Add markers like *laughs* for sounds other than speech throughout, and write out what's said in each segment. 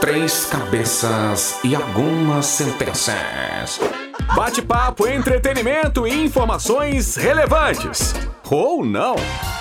três cabeças e algumas sentenças. Bate-papo, entretenimento e informações relevantes. Ou não.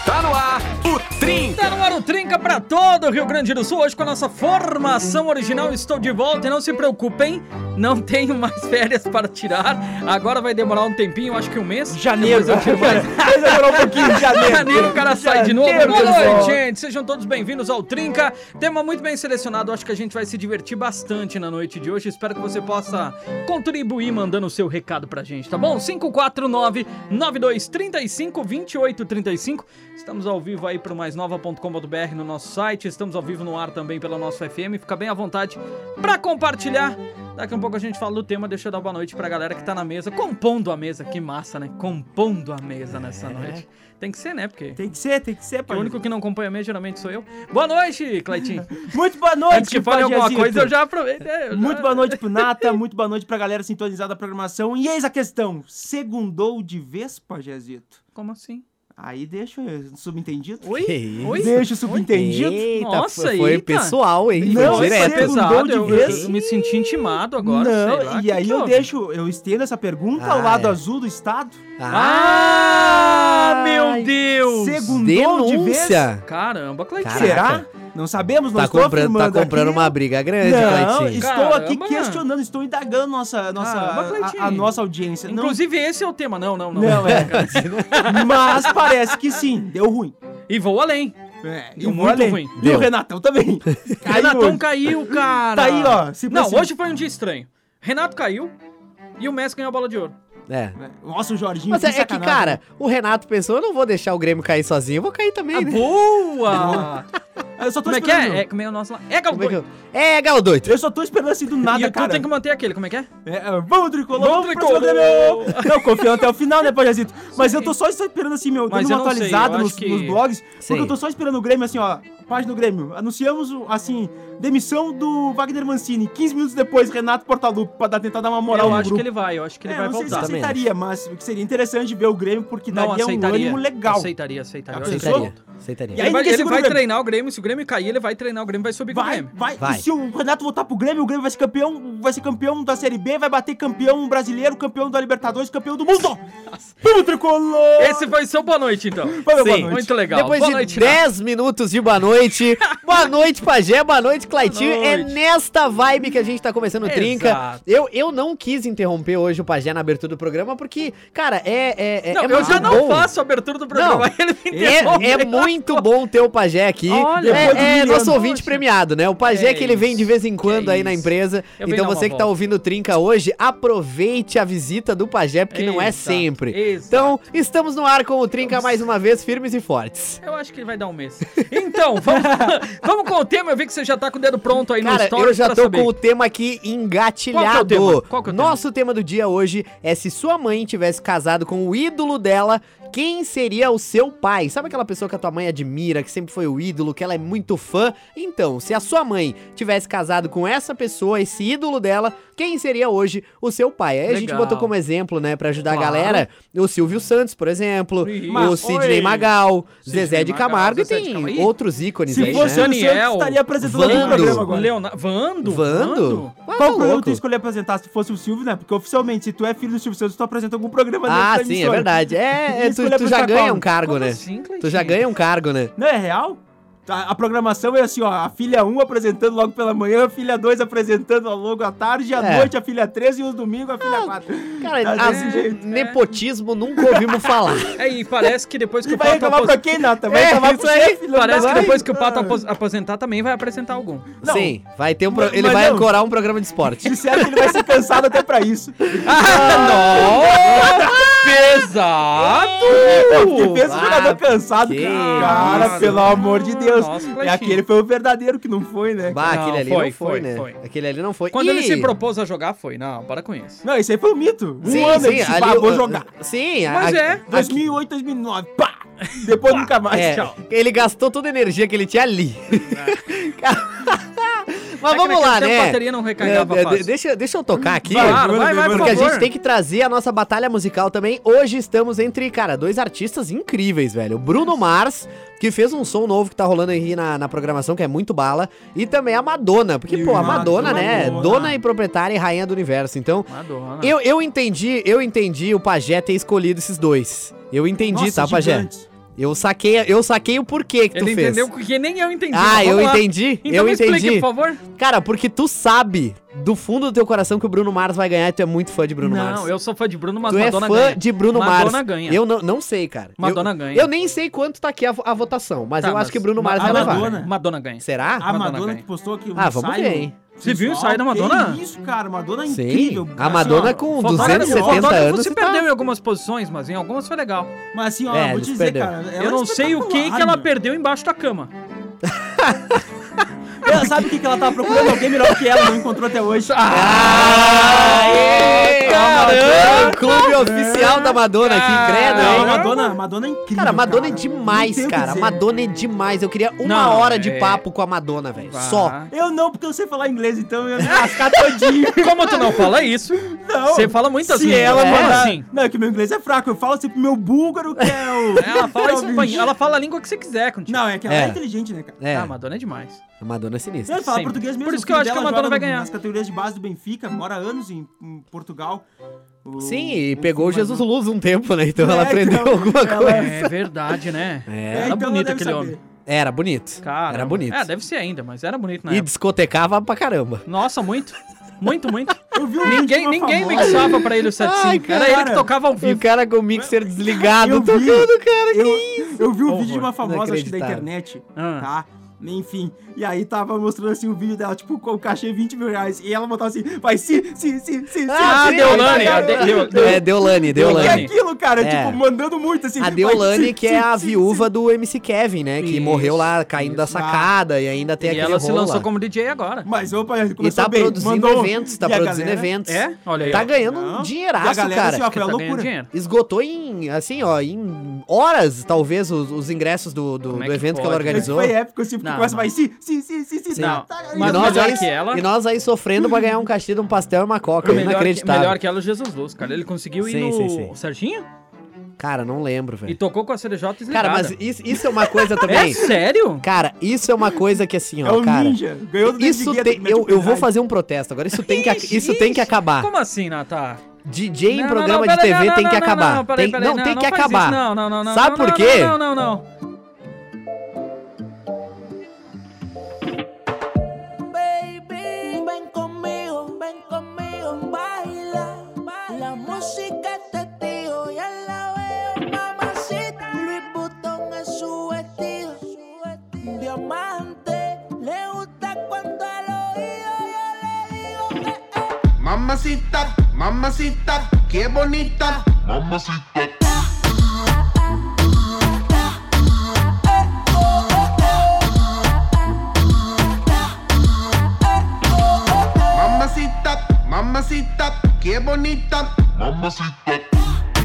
Tá no ar o Trinca. Tá no ar o Trinca pra todo o Rio Grande do Sul. Hoje com a nossa formação original. Estou de volta e não se preocupem, não tenho mais *laughs* férias para tirar. Agora vai demorar um tempinho, acho que um mês. Janeiro, Depois *laughs* eu tiro mais. Vai demorar um pouquinho de janeiro. Janeiro, o cara sai de novo. Janeiro, Boa pessoal. noite, gente. Sejam todos bem-vindos ao Trinca. Tema muito bem selecionado. Acho que a gente vai se divertir bastante na noite de hoje. Espero que você possa contribuir mandando o seu recado pra gente, tá bom? 549-9235-2835. Estamos ao vivo aí pro maisnova.com.br no nosso site. Estamos ao vivo no ar também pela nossa FM. Fica bem à vontade pra compartilhar. Daqui a um pouco a gente fala do tema. Deixa eu dar boa noite pra galera que tá na mesa, compondo a mesa. Que massa, né? Compondo a mesa nessa noite. Tem que ser, né? Porque Tem que ser, tem que ser, o pai. único que não acompanha mesmo geralmente sou eu. Boa noite, *laughs* Cleitinho. Muito boa noite, Antes que fale alguma Pajazito. coisa, eu já aproveito. é, eu já- então. Muito boa noite pro Nata, muito boa noite pra galera sintonizada da programação. E eis a questão: segundou de vez, Pajazito? Como assim? Aí deixa o subentendido. Oi? Oi? Deixa o subentendido. Eita, Nossa, foi, foi eita. pessoal, hein? Não, foi é direto. você- pesado. de Eu, vez? eu me senti intimado agora. não, sei lá, e que aí que eu houve? deixo, eu estendo essa pergunta ao Ah, lado é. azul do estado. Ah, Ai, meu Deus! Segundou de vez? denúncia. Caramba, Cleitinho. Caraca. Será? Não sabemos, não Tá estou comprando, tá afirmando aqui. comprando uma briga grande, Não, Cleitinho. estou aqui Caramba. questionando, estou indagando nossa, nossa, Caramba, a- Cleitinho. a, nossa audiência. Não- Inclusive, esse é o tema. Não, não, não. Não, é. Mas parece que sim, deu ruim. *laughs* E vou além. É, Deu muito ruim. E Deu. o Renatão também. Caiu Renatão hoje. *laughs* caiu, cara. Tá aí, ó. se Não, precisa- hoje foi um dia estranho. Renato caiu e o Messi ganhou a bola de ouro. É. Nossa, o Jorginho. Mas é, é que, sacanagem. cara, o Renato pensou, eu não vou deixar o Grêmio cair sozinho, eu vou cair também, Ah, *laughs* né? boa! Eu só tô Como é que esperando. é? É, como é o nosso lá. É, Como é, Galvão. que eu... é, Gal doido. Eu só tô esperando assim *laughs* do e nada, tu cara. tem que manter aquele, como é que é? É, é, vamos, tricolor, Vamos, vamos, tricolor. Tricolor! Não, confiando até o final, né, Pajazito? Mas eu tô só esperando assim, meu, Mas dando uma eu não sei, atualizada eu acho nos, que- nos blogs. Sei. Porque eu tô só esperando o Grêmio, assim, ó. Página do Grêmio. Anunciamos, assim, demissão do Wagner Mancini. 15 minutos depois, Renato Portaluppi, pra dar, tentar dar uma moral eu no acho grupo. que ele vai, eu acho que ele É, vai não sei se voltar. Também aceitaria, mas seria interessante ver o Grêmio, porque Não, daria um aceitaria. ânimo legal. Aceitaria, aceitaria. Já eu acho que pensou? ele Aceitaria, volta. aceitaria. E aí Ele vai, ninguém ele segura o vai Grêmio. treinar o Grêmio, se o Grêmio cair, ele vai treinar o Grêmio, vai subir com o Vai, Grêmio. vai, Vai. E se o Renato voltar pro Grêmio, o Grêmio vai ser campeão, vai ser campeão da Série B, vai bater campeão brasileiro, campeão da Libertadores, campeão do mundo! Vamos, tricolor! Esse foi seu boa noite, então. Foi meu boa Sim. noite. Muito legal. Depois boa de noite, Renato. 10 minutos de *laughs* boa noite. boa noite, Pajé. Boa noite, Claitinho. Boa É noite. nesta vibe que a gente tá começando o Trinca. Exato. Eu, eu não quis interromper hoje o Pajé na abertura do programa, porque, cara, é. é, é Não, é eu já muito não bom. faço a abertura do programa, Não. *laughs* ele me interrompe. *laughs* É, é muito bom ter o Pajé aqui. Olha, depois do é, é Miliano. nosso ouvinte premiado, né? O Pajé É que ele vem de isso, vez em quando que aí na isso. empresa. Eu venho Então dar uma você que tá volta. ouvindo o Trinca hoje, aproveite a visita do Pajé, porque não é Exato, sempre. exato. Então, estamos no ar com o Trinca mais uma vez, firmes e fortes. Eu acho que vai dar um mês. Então, vamos, *laughs* vamos com o tema. Eu vi que você já tá com o dedo pronto aí no Cara, story. eu já tô com o tema aqui engatilhado. Qual que é o é tema? Qual que é o tema? Nosso tema do dia hoje é se sua mãe tivesse casado com o ídolo dela, quem seria o seu pai? Sabe aquela pessoa que a tua mãe admira, que sempre foi o ídolo, que ela é muito fã? Então, se a sua mãe tivesse casado com essa pessoa, esse ídolo dela, quem seria hoje o seu pai? Aí a gente Legal. botou como exemplo, né, pra ajudar Claro. a galera, o Silvio Santos, por exemplo, Isso. o Mas, Sidney oi. Magal, Sidney Zezé de Magal, Camargo Zezé de e tem Camargo. Ih, outros ícones Se aí, fosse né? o Daniel, Santos, estaria apresentando aqui o Vando. programa agora. Leonardo. Vando? Vando? Ah, tá é Qual programa louco. tu ia escolher apresentar se fosse o Silvio, né? Porque oficialmente, se tu é filho do Silvio Santos, tu apresenta algum programa dentro Ah, da sim, é emissora. verdade. *laughs* É, é, tu, Escolha tu pro já Chacal. ganha um cargo, Como né? assim, Tu Cleitinho? já ganha um cargo, né? Não é real? A, a programação é assim, ó, a filha 1 apresentando logo pela manhã, a filha 2 apresentando logo à tarde, à É. noite a filha 3 e os domingos a filha 4. Cara, Ah, Tá as- desse jeito. né? nepotismo nunca ouvimos falar. *laughs* É, e parece que depois que Tu o vai Pato reclamar apos- pra quem, Nata? Vai É, reclamar isso pro aí. chefe, não Parece que vai? depois que o Pato Ah. apos- aposentar também vai apresentar algum. Não. Sim, vai ter um pro- Mas- ele mas vai não. ancorar um programa *laughs* de esporte. Ah, Disseram que ele vai ser cansado até pra *laughs* isso. Ah, Ah, não! Pesado! Porque pensa Ah, um jogador cansado, que cara. isso. pelo amor de Deus. Nossa, e Cleitinho. aquele foi o verdadeiro que não foi, né? Bah, Não, aquele ali foi, não foi, foi, né? foi. Aquele ali não foi. Quando ele Ih, se propôs a jogar, foi. Não, para com isso. Não, esse aí foi um mito. Um sim, ano sim, ele se ali, babou o- uh, jogar. Sim, Mas é. 2008, 2009, pá! Depois um, nunca mais, é, tchau. *laughs* Ele gastou toda a energia que ele tinha ali. *laughs* É Mas que vamos naquele lá, tempo né? A bateria não recarregava É, é, fácil. deixa, deixa eu tocar aqui. Vai, claro, vai, vai, Porque por a favor. gente tem que trazer a nossa batalha musical também. Hoje estamos entre, cara, dois artistas incríveis, velho. O Bruno Mars, que fez um som novo que tá rolando aí na, na programação, que é muito bala. E também a Madonna, porque, E pô, a Madonna, Madonna, né? Madonna. Dona e proprietária e rainha do universo. Então, Madonna. eu, eu entendi, eu entendi o Pajé ter escolhido esses dois. Eu entendi, tá, Pajé? gigante. Eu saquei, eu saquei o porquê que Ele tu fez. entendeu que nem eu entendi. Ah, mas eu vamos lá. entendi, Então eu me entendi. explique, por favor. Cara, porque tu sabe do fundo do teu coração que o Bruno Mars vai ganhar e tu é muito fã de Bruno não, Mars. eu sou fã de Bruno, mas tu é Madonna fã ganha. de Bruno Madonna Mars. ganha. Eu não, não sei, cara. Madonna eu, ganha. Eu nem sei quanto tá aqui a, vo- a votação, mas Tá, eu acho que Bruno Ma- Mars a vai levar. Madonna, Madonna ganha. Será? A Madonna, Ah, Madonna que postou aqui. um Ah, vamos ensaio ver, hein? Você viu o sensual. ensaio da Madonna? Que isso, cara. Madonna é Sim. incrível. A Madonna assim, ó, com Fotógrafo- 270 fotógrafo anos. se e tá- perdeu em algumas posições, mas em algumas foi legal. Mas assim, ó, É, vou eles te dizer, cara. perderam. ela eu não é sei o que que ela espetacular, perdeu embaixo da cama. meu. Ela sabe o que que ela tava procurando? Alguém melhor que ela, não encontrou até hoje. Ah, Ah, Aê, caramba! Clube oficial da Madonna aqui, credo, Não, a hein? Madonna, a Madonna é incrível. é, Cara, a Madonna cara. é Não demais, tem o que cara. A dizer. Madonna é demais. Eu queria uma Não, hora de é- papo com a Madonna, velho. Só. Ah. Eu não, porque eu sei falar inglês, então eu ia me *laughs* lascar todinho. Como tu não fala isso? *laughs* Não. Você fala muitas Se línguas. ela É, mandar. sim. Não, é que meu inglês é fraco. Eu falo sempre meu búlgaro, que é o. Ela que fala é o bicho. espanhol, ela fala a língua que você quiser contigo. Não, é que ela é. É. inteligente, né, cara? É, Ah, Madonna é demais. a Madonna é sinistra. Ela fala Sempre. português mesmo. Por isso o que eu filho acho que a dela Madonna joga vai ganhar. Nas categorias de base do Benfica, mora anos em, em Portugal. O- é Sim, o e pegou o filho Hum, mais Jesus novo. Luz um tempo, né? Então É, ela aprendeu então, alguma *laughs* ela- coisa. É verdade, né? É. Era então ela bonito deve aquele saber. homem. Era bonito. Cara. Era bonito. É, deve ser ainda, mas era bonito na E época. discotecava pra caramba. Nossa, muito. Muito, muito. *laughs* Eu vi um vídeo de Ninguém, uma ninguém famosa- mixava pra ele o setzinho. cara. Era ele que tocava ao E o vivo. cara com o mixer desligado Eu vi. tocando, cara. Eu, eu vi um Horror. vídeo de uma famosa, acho que da Inacreditável. internet, Ah. tá? Enfim, e aí tava mostrando assim o vídeo dela, tipo, com o cachê 20 mil reais. E ela botava assim, vai se, se, se, se, tá Ah, se. Deolane, vai, a vai, De- vai. Deu- É, Deolane, O que é Deolane. aquilo, cara? É. Tipo, mandando muito assim. A vai, se, Deolane, que é se, a se, viúva do MC Kevin, né? Que Isso, morreu lá caindo da isso. Ah. sacada e ainda E tem aquele ela se rolo lançou lá. como DJ agora. Mas opa, E começou tá bem, produzindo mandou. eventos, tá E a produzindo galera- eventos. É? Olha aí. Tá ó. ganhando Não. E um a dinheiraço, galera, assim, ó, cara. foi a Tá ganhando loucura. dinheiro. Esgotou em, assim, ó, em horas, talvez, os, os ingressos do, do, Como é do que evento que ela pode, né? organizou. Foi épico, assim, porque Não, começa, não. vai, sim, sim, sim, sim, tá, sim. Não. E Mas nós melhor aí, que ela- E nós aí sofrendo pra ganhar um castigo, um pastel e uma coca. Melhor que, Inacreditável. melhor que ela, o Jesus Luz, cara. Ele conseguiu ir Sim, no sim, sim. certinho Cara, não lembro, e velho. tocou com a CDJ desligada. Cara, mas isso, isso é uma *laughs* coisa É também. sério? um Cara, isso é uma coisa que assim, É ó, o cara. ninja. Ganhou do David Isso Guetta, que tem, é mete eu, o eu vou pendrive. fazer um protesto agora. Isso tem que, ac- Ixi, isso tem ixi. que acabar. Como assim, Nata? DJ em Não, Ah. programa não, não, de TV não, tem não, que não, acabar. Não, peraí, Tem- peraí, não, tem que faz isso, acabar. Não, não, não, não. Sabe não, por não, quê? Não, não, não. Baby, ven conmigo, ven conmigo, baila. La música es testigo, ya la veo, mamacita. Luis Butón es su vestido, diamante. Le gusta cuando al oído yo le digo que es Mamacita, mamacita, qué bonita. Mamacita, mamacita, qué bonita.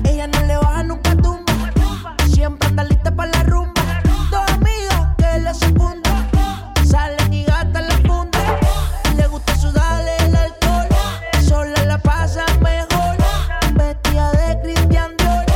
Ella no le baja nunca tumba. Siempre anda lista para la rumba. Dos amigas que la secundan. Salen y gastan la funda. Le gusta sudarle el alcohol. Sola la pasa mejor. Vestida de Christian Dior.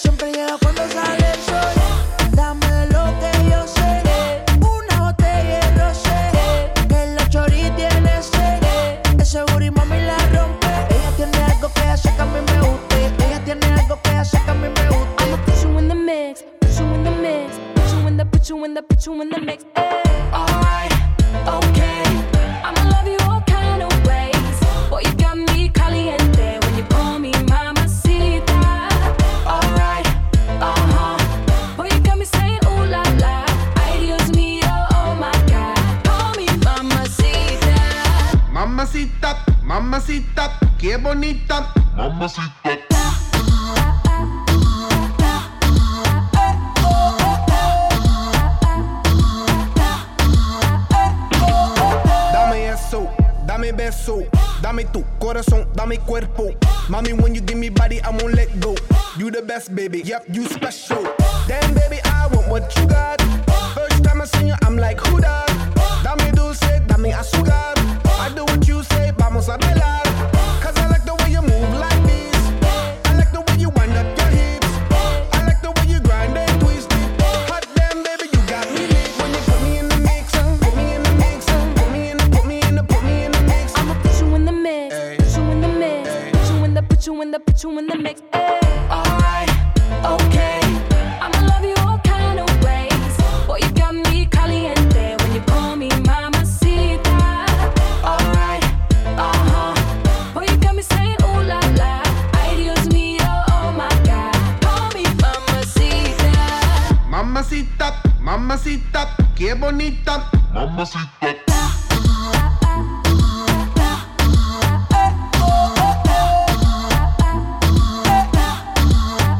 Siempre llega cuando sale el sol. Dame de lo que yo sé. Una botella de rosé. Que la chori tiene sed. Ese booty mami la rompe. Ella tiene algo que hace que a mí me guste. Ella tiene algo que hace que a mí me guste. I'ma put you in the mix, put you in the mix, put you in the, put you in the, put you in the mix. Alright, okay. I'ma love you all kind of ways. Boy, you got me caliente when you call me mamacita. Alright, uh huh. Boy, you got me saying ooh la la. Ay, Dios mío, oh my God. Call me mamacita. Mamacita, mamacita, qué bonita. Dame eso, dame beso, dame tu corazón, dame cuerpo. Mommy, when you give me body, I won't let go. You the best, baby. Yep, you special. Damn, baby, I want what you got. First time I seen you, I'm like, who that? Dame dulce, dame azúcar. put you in the mix. Alright, okay. I'ma love you all kind of ways. Boy, you got me caliente when you call me mamacita. Alright, uh huh. Boy, you got me saying ooh la la. Ay, Dios mío, oh my god. Call me mamacita. Mamacita, mamacita, qué bonita.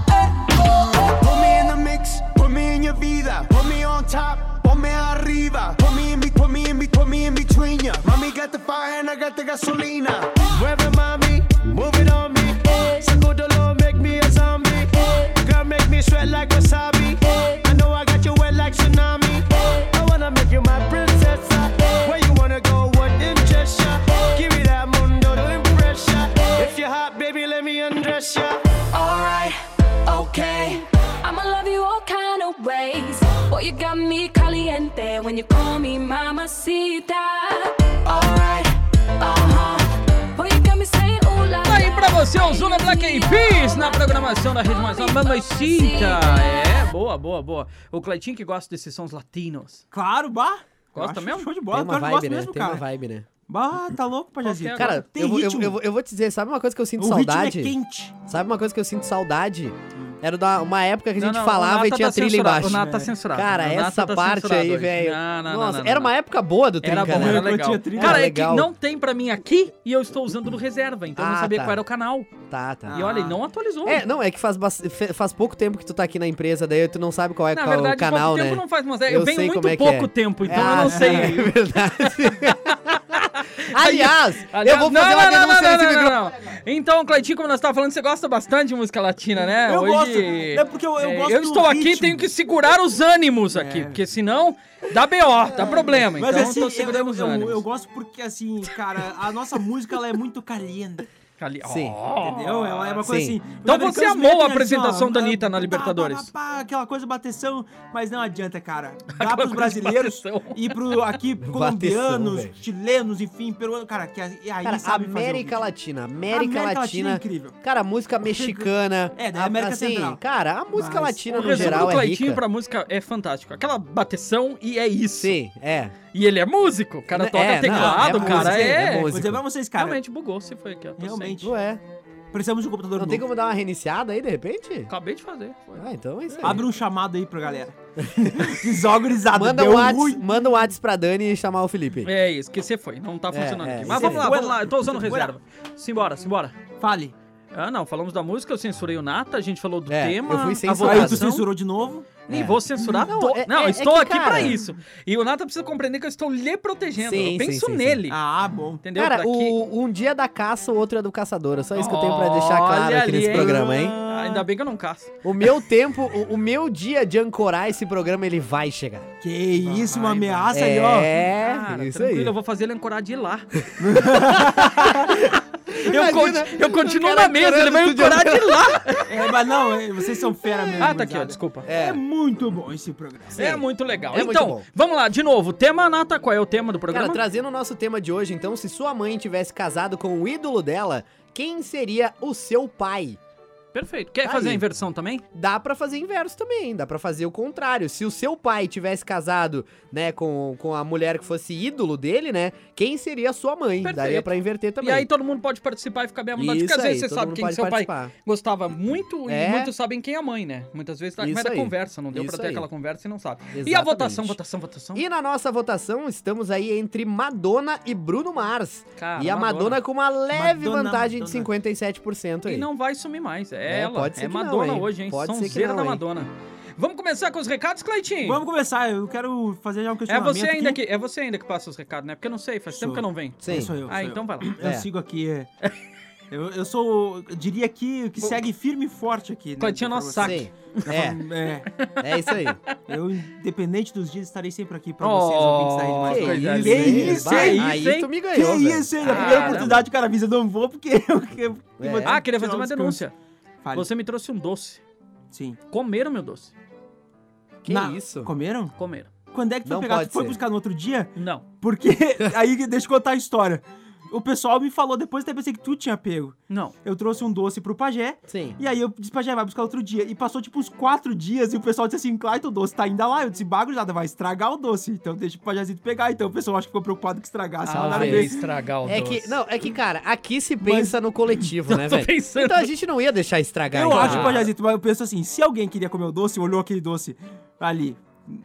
Put me in the mix, put me in your vida, put me on top, put me arriba, put me in, be- put me in, be- put me in between ya. Mommy got the fire and I got the gasolina. Wherever mommy, move it on me. Sacudalo, make me a zombie. Girl, make me sweat like wasabi. I know I got you wet like tsunami. I wanna make you my princess. Where you wanna go? What interests ya? Give me that mundo to impress ya. If you're hot, baby, let me undress ya. Alright, okay. I'ma love you all kind of ways. Boy, you got me caliente when you call me mamacita. Alright, uh huh. Boy, you got me saying ooh la Tá aí la. pra você, Ozuna Black Eyed Peas, na programação da Rede Mais Nova. Mamacita. É, boa, boa, boa. O Cleitinho que gosta desses sons latinos. Claro, bah. Gosta Eu acho mesmo? Show de Tem bola, uma claro que vibe, gosta né? mesmo, Tem uma cara. viu, né? Bah, tá louco, Pajazito. Qual que é Cara, tem eu vou, eu, ritmo. eu vou- eu vou te dizer, sabe uma coisa que eu sinto O ritmo saudade? é quente. Sabe uma coisa que eu sinto saudade? Era da, uma época que a Não, gente não, o falava e Nata tinha tá trilha censurado, embaixo. né? O Nata tá censurado. Cara, O Nata essa tá parte censurado aí, hoje. velho. Não, não, Nossa, não, não, era uma não. época boa do Trinca, Era bom, né? era Eu legal. tinha trinca. Cara, Era é que legal. não tem pra mim aqui e eu estou usando no reserva, então eu não Ah, sabia tá. qual era o canal. Tá, tá. E olha, ele não atualizou. É, não, é que faz, bas- fe- faz pouco tempo que tu tá aqui na empresa, daí tu não sabe qual é Na qual é verdade, o canal, pouco né? tempo não faz, mas é, eu, Eu venho sei muito como é que pouco é. tempo, então Ah, eu não sei. *laughs* É verdade. *laughs* Aliás, eu vou Não, fazer uma não, não, denúncia não, nesse não, microfone. não, não. Então, Cleitinho, como nós estávamos falando, você gosta bastante de música latina, né? Eu Hoje, gosto, é porque eu- eu é, gosto Eu do estou aqui, ritmo. tenho que segurar os ânimos aqui, porque senão dá BO, dá problema. Mas então, assim, estou eu, segurando os eu- eu- ânimos. eu gosto porque, assim, cara, a nossa música ela é muito caliente. Ali- ó. Sim. Entendeu? Ela é uma coisa assim. Sim. os Então americanos você amou metem a assim, apresentação ó, da Anitta na pá, Libertadores. pá, pá, pá, aquela coisa bateção, mas não *laughs* adianta, cara. Dá Aquela pros coisa brasileiros bateção. e pro aqui colombianos, velho. chilenos, enfim, peruanos. Cara, que aí Cara, sabe fazer o América ritmo. Latina, América, América Latina Latina, é incrível. cara, música mexicana, *laughs* É, da a- América assim, Central. cara, a música Mas latina O no resumo do geral é Cleitinho rica. pra música é fantástico. Aquela bateção e é isso. Sim, é. E ele é músico. O cara Né, toca é, não, teclado, é cara. música, é. é música. Vou dizer pra vocês, cara. Realmente bugou se foi aqui. ó, tô Realmente. sem. Ué. Precisamos de um computador Não novo. tem como dar uma reiniciada aí de repente? Acabei de fazer. foi. Ah, então é isso aí. Abre um chamado aí pra *laughs* galera. Desorganizado, Manda deu um WhatsApp, ruim. manda um WhatsApp pra Dani e chamar o Felipe. É isso, que você foi. Não tá funcionando é, aqui. Mas você vamos lá, foi. vamos lá. Eu tô usando Você foi. reserva. Simbora, simbora. Fale. Ah, não. Falamos da música, eu censurei o Nata, a gente falou do É, tema. eu fui a censurado. Aí tu votação. censurou de novo. Nem É. vou censurar. Não, Tô... é- Não, é- é estou que, aqui cara- pra isso. E o Nata precisa compreender que eu estou lhe protegendo. Sim, eu sim, penso sim, sim. nele. Ah, bom. Entendeu? Cara, Pra que- o, um dia é da caça, o outro é do caçador. É só isso que eu tenho pra deixar claro Olha aqui nesse ali, Ah, programa, hein? Ainda bem que eu não caço. O meu tempo, o, o meu dia de ancorar esse programa, ele vai chegar. Que isso, Ah, uma Vai, ameaça aí, ó. é, Cara, isso aí. tranquilo, eu vou fazer ele ancorar de *laughs* lá. Imagina, eu, con- eu continuo o cara na mesa, ele ancorando vai tudo de ancorar de *laughs* lá. É, mas não, é, vocês são fera mesmo. Ah, tá aqui, ó, gurizada. desculpa. É. muito bom esse programa. É muito legal. É muito então, bom. vamos lá, de novo. Tema, Nata, qual é o tema do programa? Cara, trazendo o nosso tema de hoje, então, se sua mãe tivesse casado com o ídolo dela, quem seria o seu pai? Perfeito. Quer Tá fazer a aí. inversão também? Dá pra fazer inverso também, dá pra fazer o contrário. Se o seu pai tivesse casado, né, com, com a mulher que fosse ídolo dele, né, quem seria a sua mãe? Perfeito. Daria pra inverter também. E aí todo mundo pode participar e ficar bem à vontade. Porque Isso às vezes você aí, todo sabe mundo quem pode seu pai participar. gostava muito É. e muitos sabem quem é a mãe, né? Muitas vezes tá com Isso da aí. conversa, não deu pra Isso ter aí. aquela conversa e não sabe. E a Exatamente. votação, votação, votação? E na nossa votação, estamos aí entre Madonna e Bruno Mars. Cara, e a Madonna, com uma leve Madonna, vantagem Madonna. de 57% aí. E não vai sumir mais. É, É, ela. pode ser é que não, Madonna hein? hoje, hein? Pode ser que Sonzeira não, da hein? Madonna. Vamos começar com os recados, Cleitinho? Vamos começar, eu quero fazer já um É questionamento você ainda aqui. que, é você ainda que passa os recados, né? Porque eu não sei, faz tempo Sou. que eu não venho. Sim. Sou é eu, sou Ah, eu. então vai lá. Eu É. sigo aqui. *laughs* é. Eu, eu sou, eu diria que, que segue firme e forte aqui. Né, Cleitinho é nosso pra você. Sim, Pra é, falar- É, é *laughs* isso aí. eu, independente dos dias, estarei sempre aqui pra Oh, vocês, ouvintes da Rede Mais que Nova. coisa Que linda. isso, Vai, hein? aí Aí tu tu me Que ganhou, isso, hein? Na primeira Caramba. oportunidade o cara avisa, não vou porque eu... eu- É. vou- Ah, queria fazer uma Desculpa. denúncia. Fale. Você me trouxe um doce. Sim. Comeram meu doce. Que Na- isso? Comeram? Comeram. Quando é que tu foi Não pegar? pode Tu foi *laughs* ser. buscar no outro dia? Não. Porque aí deixa eu contar a história. o pessoal me falou depois, até pensei que tu tinha pego. Não. Eu trouxe um doce pro pajé. Sim. E aí eu disse, pajé, vai buscar outro dia. E passou tipo uns quatro dias e o pessoal disse assim, Clayton, o doce tá ainda lá. Eu disse, bagulhada, vai estragar o doce. Então deixa o pajézinho pegar. Então o pessoal acho que ficou preocupado que estragasse. Ah, mas nada a velho. ver. estragar o É doce. que, não, é que, cara, aqui se pensa *laughs* no coletivo, né, tô velho? pensando. Então a gente não ia deixar estragar. Eu então. acho, Pajazito, mas eu penso assim, se alguém queria comer o doce, olhou aquele doce ali,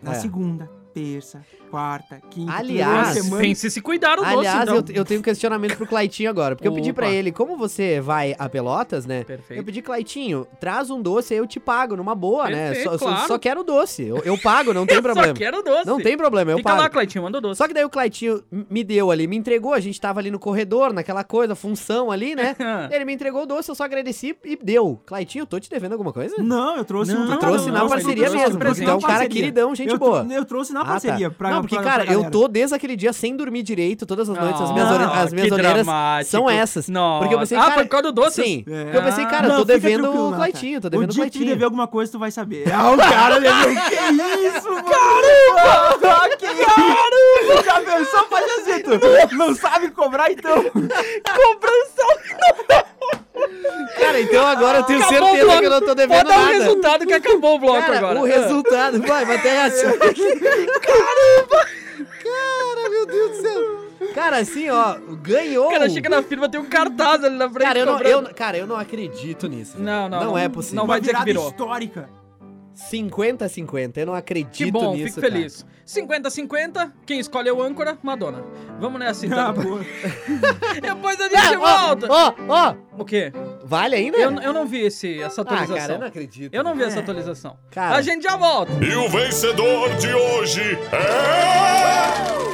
na É. segunda, terça, quarta, quinta, Aliás, primeira Mas semana, Pense se cuidar o doce, Aliás, então. eu, eu tenho um questionamento pro Claitinho agora, porque eu pedi pra Opa. ele, como você vai a Pelotas, né? Perfeito. Eu pedi, Claitinho, traz um doce aí eu te pago, numa boa, né? Perfeito, Só, só- claro. só quero o doce. Eu, eu *laughs* pago, não tem Só problema. quero doce. Não tem problema, eu Fica pago. lá, Cleitinho, manda o doce. Só que daí o Claitinho m- me deu ali, me entregou, a gente tava ali no corredor, naquela coisa, função ali, *laughs* né? Ele me entregou o doce, eu só agradeci e deu. Claitinho, eu tô te devendo alguma coisa? Não, eu trouxe Não, um- Tu trouxe não, na não, parceria trouxe mesmo, de presente. porque tu é Na um cara parceria. queridão, gente eu tro- boa. Eu trouxe na Ah, tá. parceria. Pra, não, porque, pra- cara, pra eu galera. tô desde aquele dia sem dormir direito, todas as noites as minhas, Ah, ore- as minhas que orelhas dramático. são essas. Nossa. Porque eu pensei, Ah, cara, foi por causa do doce? Sim. É. Porque eu pensei, cara, eu Não, tô fica devendo tranquilo, o Nata. Claitinho, tô devendo o o dia que tu Claitinho. dever alguma coisa, tu vai saber. Ah, o cara deveu. *laughs* Que isso, mano? *laughs* Caramba! Caramba! Já pensou, Pajazito? Não sabe cobrar, então. Cara, então agora eu tenho Acabou o certeza bloco. que eu não tô Pode devendo dar o nada. resultado que acabou o bloco Cara, agora. Ah. o resultado, vai, vai até assim. *laughs* Caramba! Cara, meu Deus do céu. Cara, assim, ó, ganhou. O cara chega na firma, tem um cartaz ali na frente. Cara, eu não, cobrando. eu- cara, eu não acredito nisso. velho. Não, não, Não não. é possível. Não Uma vai dizer que virada virou. histórica. 50-50, eu não acredito Que bom, nisso. fico cara. feliz. 50-50, quem escolhe é o âncora, Madonna. Vamos nessa então. Ah, boa. *laughs* Depois a Ah, gente volta. Ó, ó, O quê? ó, vale ainda? Eu, eu não vi esse, essa ah, atualização. cara, eu não eu, não... acredito. É. vi essa atualização. Cara. A gente já volta. E o vencedor de hoje é-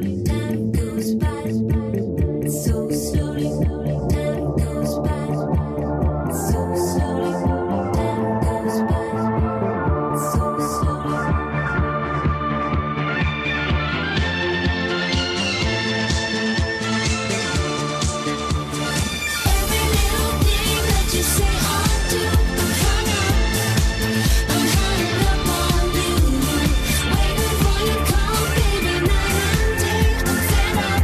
Time goes by so slowly. Time goes by so slowly. Every little thing that you say or do, I'm hung up. I'm hung up on you. Waiting for your call, baby, night and day.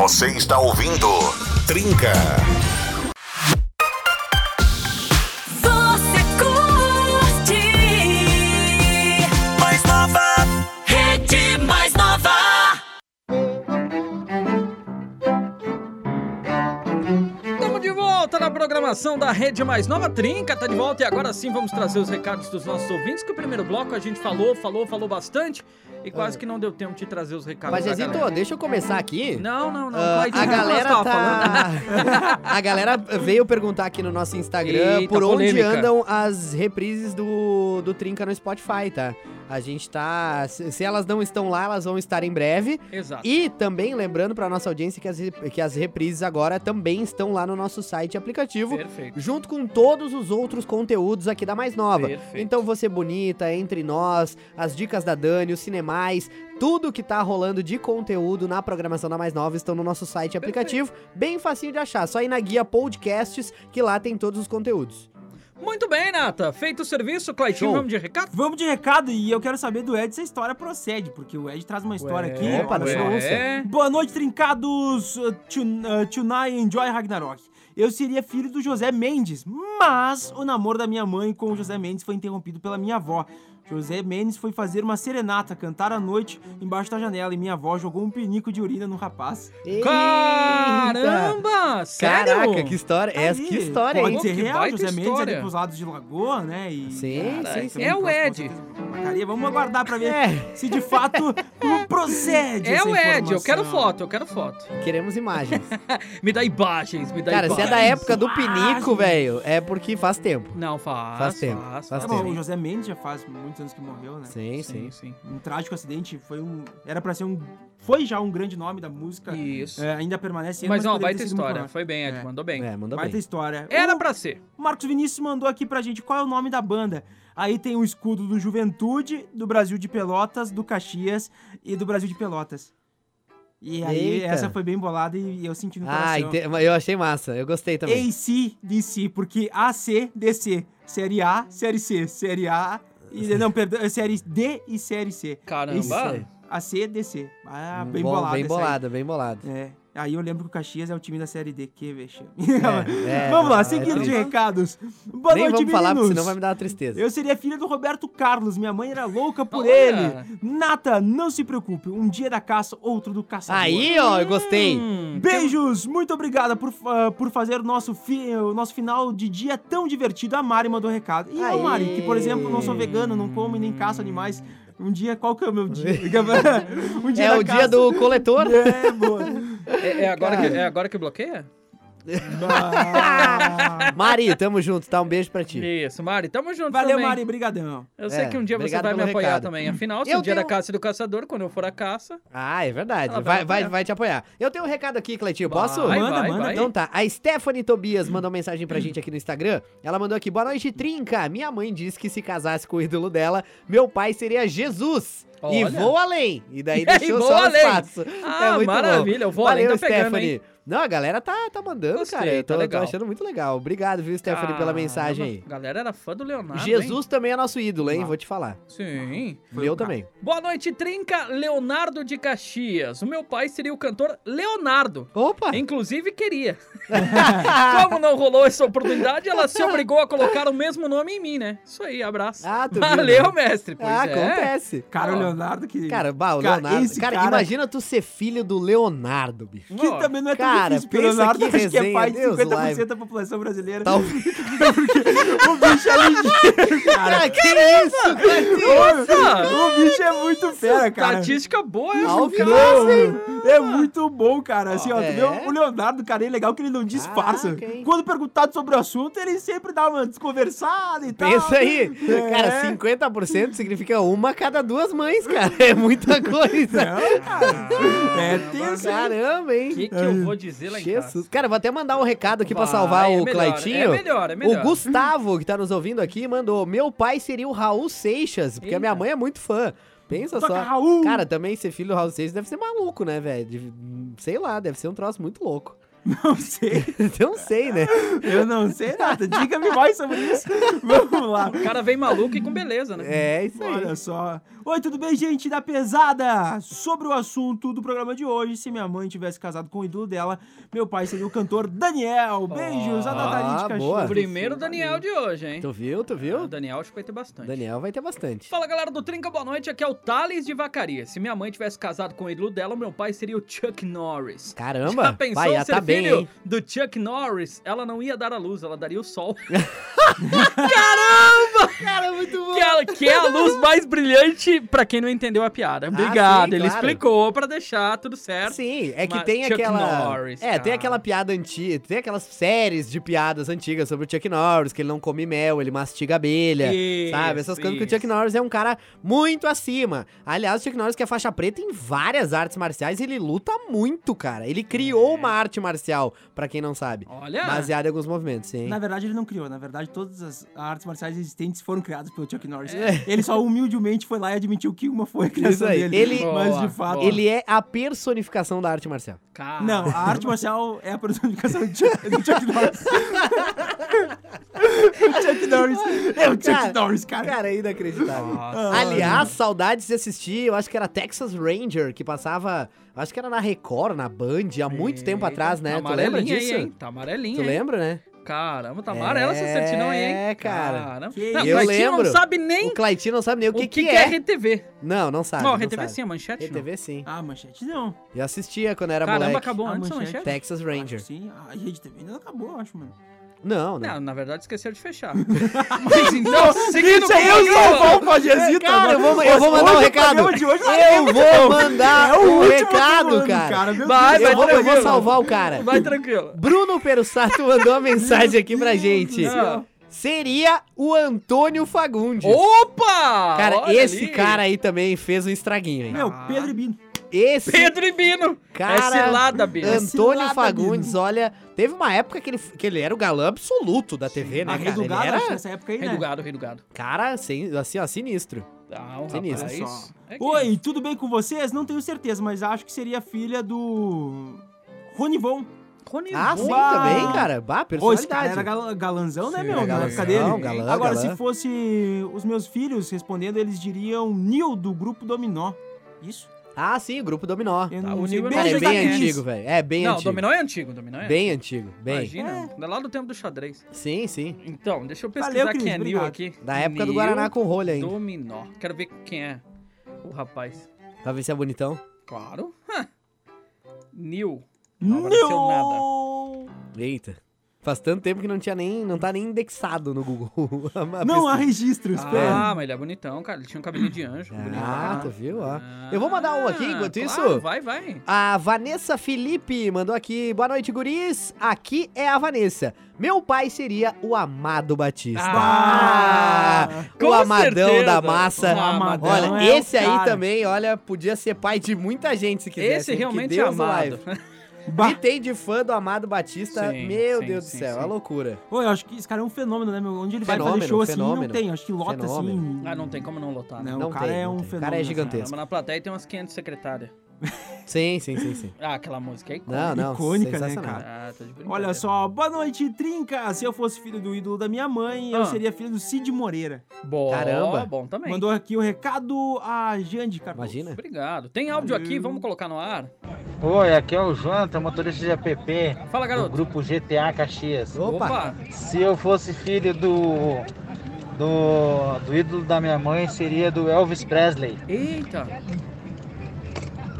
Você está ouvindo Trinca. Você curte mais nova, rede mais nova. Estamos de volta na programação da Rede Mais Nova Trinca, tá de volta e agora sim vamos trazer os recados dos nossos ouvintes, que o primeiro bloco a gente falou, falou, falou bastante e quase que não deu tempo de trazer os recados Ah. Mas, da Zezito, galera. deixa eu começar aqui. Não, não, não. Ah, Clayton, a o que nós galera tava *laughs* tá. a galera veio perguntar aqui no nosso Instagram Eita, por onde polêmica. andam as reprises do, do Trinca no Spotify, tá? A gente tá. Se se elas não estão lá, elas vão estar em breve. Exato. E também lembrando pra nossa audiência que as, rep- que as reprises agora também estão lá no nosso site e aplicativo. Perfeito. Junto com todos os outros conteúdos aqui da Mais Nova. Perfeito. Então você bonita, entre nós, as dicas da Dani, os cinemais, tudo que tá rolando de conteúdo na programação da Mais Nova estão no nosso site e aplicativo, bem facinho de achar. Só ir na guia podcasts que lá tem todos os conteúdos. Muito bem, Nata. Feito o serviço, Claitinho, Show. vamos de recado? Vamos de recado e eu quero saber do Ed se a história procede, porque o Ed traz uma história aqui. opa, olha ué. só. é. Boa noite, trincados! Uh, tun- uh, Tunai Enjoy Ragnarok. Eu seria filho do José Mendes, mas o namoro da minha mãe com o José Mendes foi interrompido pela minha avó. José Mendes foi fazer uma serenata, cantar à noite embaixo da janela e minha avó jogou um pinico de urina no rapaz. Caramba! Sério? Caraca, que história. Essa, Aí, É, que história, Pode hein? ser Que real, baita José Mendes história. ali pros lados de Lagoa, né? E... Sim, sim, sim. É o Ed. Macaria, vamos aguardar pra ver É, se *laughs* de fato procede É essa o Ed, eu informação. quero foto, eu quero foto. queremos imagens. Me dá imagens, me dá Cara, se é imagens. da época do pinico, imagens. velho, é porque faz tempo. Não, faz. Faz tempo, Faz, faz Tá bom, o José Mendes já faz muitos anos que morreu, né? Sim, Sim, sim. sim. Um trágico acidente, foi um... Era pra ser um... Foi já um grande nome da música. Isso. é, ainda permanece... Mas uma poderia ter baita sido muito história. maior. Foi bem, Ed, É. mandou bem. É, Uh! mandou Baita bem. história. Era O pra ser. Marcos Vinícius mandou aqui pra gente qual é o nome da banda. Aí tem o escudo do Juventude, do Brasil de Pelotas, do Caxias e do Brasil de Pelotas. E aí, Eita. essa foi bem bolada e eu senti no coração. Ah, ente- mas eu achei massa. Eu gostei também. AC, DC, porque AC, DC, Série A, Série C, Série A, *laughs* e, não, perdão, é Série D e Série C. Isso Caramba. aí. AC, DC. Ah, bem Hum, Bom, bolado. Bem essa aí. bolado, bem bolado. É, aí eu lembro que o Caxias é o time da Série D, que vexame. *laughs* é, vamos não, lá, é seguindo de triste. recados. Boa Nem noite, vamos falar, porque meninos. senão vai me dar uma tristeza. Eu seria filha do Roberto Carlos, minha mãe era louca por Olha. ele. Nata, não se preocupe, um dia da caça, outro do caçador. Aí, ó, eu gostei. Hum, Beijos, muito obrigada por, ah, por fazer o nosso, fi- o nosso final de dia tão divertido. A Mari mandou recado. E eu, Aê. Mari, que por exemplo, não sou vegano, não como e nem caço animais. Um dia, qual que é o meu *laughs* dia? *laughs* um É da o dia caça. do *laughs* coletor. *laughs* É, boa. É, é agora que, é agora que bloqueia? Ah. Mari, tamo junto, tá? Um beijo pra ti. Isso, Mari, tamo junto Valeu, também. Mari, brigadão. Eu sei É, que um dia você obrigado vai me pelo apoiar recado. também. Afinal, se Eu o dia da tenho- caça e do caçador, quando eu for a caça, Ah, é verdade. Ela vai vai, me vai, apoiar. vai te apoiar. Eu tenho um recado aqui, Cleitinho. Posso? Vai, Manda, vai, manda, vai. Então tá, a Stephanie Tobias mandou mensagem pra gente aqui no Instagram. Ela mandou aqui: boa noite, Trinca. Minha mãe disse que se casasse com o ídolo dela, meu pai seria Jesus. E Olha. vou além. E daí *laughs* E deixou vou só além. os passos. É Ah, maravilha, eu vou Valeu, além, tá pegando, Stephanie. Não, a galera tá, tá mandando, Gostei, cara. Eu tá tô, tô legal. achando muito legal. Obrigado, viu, Stephanie, pela Caramba, mensagem aí. Galera, era fã do Leonardo. Jesus também é nosso ídolo, hein? Vou te falar. hein? Sim. Meu também. Boa noite, Trinca Leonardo de Caxias. O meu pai seria o cantor Leonardo. Opa! *laughs* Inclusive, queria. Ah, Como não rolou essa oportunidade, ela *laughs* se obrigou a colocar o mesmo nome em mim, né? Isso aí, abraço. Ah, tu viu, Valeu, né? mestre. Pois Ah, é. acontece. Cara, Ó. o Leonardo que. Cara, bah, o Cara, Leonardo. esse Cara, cara- imagina tu ser filho do Leonardo, bicho. que Ó, também não é tão cara, difícil, porque o pensa Leonardo que acho que é resenha, pai de Deus Tá 50% live. da população brasileira. Tal- O bicho é ligeiro, cara. *laughs* Cara, que isso? *laughs* Nossa! O bicho é muito fera, cara. Tá Estatística boa, é cara. Ao vivo, Tá hein? É muito bom, cara. Assim, ó, é? tu vê o Leonardo, cara, é legal que ele não disfarça. Caraca, hein? Quando perguntado sobre o assunto, ele sempre dá uma desconversada e tal. Pensa aí. É. Cara, 50% significa uma a cada duas mães, cara. É muita coisa. É, cara. É tenso. hein? Caramba, O que, hein? que eu vou dizer lá em casa? Jesus. Cara, vou até mandar um recado aqui pra Vai, salvar é o melhor, Claitinho. é melhor, é melhor. O Gustavo, que tá nos ouvindo aqui, mandou: Meu pai seria o Raul Seixas, porque a minha Eita. mãe é muito fã. Pensa Toca só. Raul. Cara, também ser filho do Raul Seixas deve ser maluco, né, velho? De- Sei lá, deve ser um troço muito louco. Não sei. *laughs* Eu não *laughs* sei, né? Eu não sei nada. Diga-me mais sobre *laughs* isso. Vamos lá. O cara vem maluco e com beleza, né? É isso aí. Olha só. Oi, tudo bem, gente da pesada? Sobre o assunto do programa de hoje, se minha mãe tivesse casado com o ídolo dela, meu pai seria o cantor Daniel. Beijos, a Nathalie de Ah, Caxias. boa. do Sul. Primeiro Daniel de hoje, hein? Ah, Tu viu, tu O viu? Daniel acho que vai ter bastante. Daniel vai ter bastante. Fala galera do Trinca, boa noite. Aqui é o Thales de Vacaria. Se minha mãe tivesse casado com o ídolo dela, meu pai seria o Chuck Norris. Caramba, Já pensou pai, já ser tá bem, filho hein? do Chuck Norris? Ela não ia dar a luz, ela daria o sol. *laughs* Cara, muito bom. que, é, que é a luz mais brilhante, pra quem não entendeu a piada. Obrigado, Ah, sim, ele claro. explicou pra deixar tudo certo. Sim, é que Mas tem Chuck aquela. Norris, é, tem cara. aquela piada antiga, tem aquelas séries de piadas antigas sobre o Chuck Norris, que ele não come mel, ele mastiga abelha. Isso, sabe? Essas coisas que o isso. Chuck Norris é um cara muito acima. Aliás, o Chuck Norris que é faixa preta em várias artes marciais, ele luta muito, cara. Ele criou uma arte marcial, pra quem não sabe. É. Olha, Baseada em alguns movimentos, sim. Na verdade, ele não criou. Na verdade, todas as artes marciais existentes foram criadas pelo Chuck Norris. Ele só humildemente foi lá e admitiu que uma foi a criação É. aí. dele. né? Ele- Mas, Boa, de fato... boa. Ele é a personificação da arte marcial. cara. Não, a arte marcial é a personificação de Chuck, do Chuck Norris. *laughs* o Chuck Norris. É o Chuck Cara, Norris, cara. Ah. Cara, é inacreditável. Nossa. Aliás, saudades de assistir, eu acho que era Texas Ranger, que passava, eu acho que era na Record, na Band, há muito tempo atrás, né? Tu lembra amarelinha disso? tá Aí, hein? Tá amarelinha. Tu hein? lembra, né? Caramba, tá amarela essa certidão aí, hein? É, cara. Caramba. Que Não, isso. Eu mas quem não lembro. sabe nem O Claitinho não sabe nem o que, que, que é. RTV. Não, não sabe. não, Não, a RTV sabe. sim, é a manchete não. RTV sim. Ah, manchete não. Eu assistia quando era Caramba, é moleque. Ah, acabou A antes a manchete? manchete? Texas Ranger. Acho Sim, a rede TV ainda acabou, eu acho, mano. Não, não. Não, na verdade esqueceram de *laughs* fechar. Mas *laughs* então, seguindo Isso aí eu programa, sou o Valpagezito. Cara, eu vou, eu vou mandar um né? Hoje o recado. programa de hoje não é eu vou mandar É o um último recado, falando, cara. cara, meu Vai, eu, vai, vou, eu vou tranquilo. salvar o cara. Vai tranquilo. Bruno Perussato mandou uma mensagem aqui pra gente. Ah. Seria o Antônio Fagundes. Opa! é Cara, Olha esse ali. cara aí também fez um estraguinho, hein? Meu, Pedro e Bino. Esse Pedro e Bino. é Cara, é cilada, Bino. é Antônio cilada, Fagundes, olha, teve uma época que ele, que ele era o galã absoluto da TV, né, Ah, cara? Rei do Ele Gado, era, acho, nessa época aí, Rei né? do gado, rei do gado. cara, sem- assim, ó, sinistro. Ah, um Sinistro. Olha rapaz. só. É que- Oi, tudo bem com vocês? Não tenho certeza, mas acho que seria filha do... Ronivon. Rony Ah, Von. sim, Uau. também, cara. Bah, Ô, esse cara personalidade. era gal- galanzão, né, Sim, meu? era na época dele. galanzão, galã, Agora, galã. se fosse os meus filhos respondendo, eles diriam Nil, do grupo Dominó. Isso? Ah, sim, o grupo Dominó. Eu Tá, não o sei. Nil é Cara, é Beijos, bem Aquiles. antigo, velho. É bem Não, antigo. dominó é antigo, dominó é Bem antigo, bem. É. Imagina, é lá do tempo do xadrez. Sim, sim. Então, deixa eu pesquisar Valeu, Cris, quem é Nil obrigado. aqui. Da época do Nil Guaraná com rolha ainda. Dominó. Quero ver quem é o rapaz. Pra ver se é bonitão. Claro. Hã. Nil. Não apareceu nada. Nil! Eita. Faz tanto tempo que não tinha nem. não tá nem indexado no Google. *laughs* A ma- Não há Tá pesquisa. registro, espera. Ah, mas ele é bonitão, cara. Ele tinha um cabelinho de anjo. Ah, bonitão. tu viu? Ó. Ah, Eu vou mandar um aqui, enquanto claro, isso. Vai, vai. A Vanessa Felipe mandou aqui. Boa noite, guris. Aqui é a Vanessa. Meu pai seria o Amado Batista. Ah, o com amadão certeza. da massa. O amadão olha, é o esse aí cara. também, olha, podia ser pai de muita gente se quisesse. Esse hein, que realmente é Deus o amado. livre. *laughs* Bah. E tem de fã do Amado Batista, Sim, meu sim, Deus do sim, céu, sim. é loucura. Pô, eu acho que esse cara é um fenômeno, né, meu? Onde ele vai Fenômeno, fazer show assim, fenômeno. não tem. Acho que lota Fenômeno. assim. *laughs* Ah, não tem como não lotar, né? Não, Não o cara tem, é um não tem. O cara é fenômeno. né? gigantesco. Mas na plateia tem umas 500 secretárias. Sim, sim, sim, sim. Ah, aquela música aí. Não, não, Icônica, né, sensacional. cara? Ah, tô de brincadeira. Olha só, boa noite, Trinca. Se eu fosse filho do ídolo da minha mãe, eu Ah. seria filho do Cid Moreira. Boa, Caramba. Bom também. Mandou aqui o recado a Jande Tá Cardoso. Imagina. Obrigado. Tem áudio aqui, vamos colocar no ar. Oi, aqui é o Jonathan, motorista de app, Fala, do garoto. grupo GTA Caxias. Opa! Se eu fosse filho do, do, do ídolo da minha mãe, seria do Elvis Presley. Eita.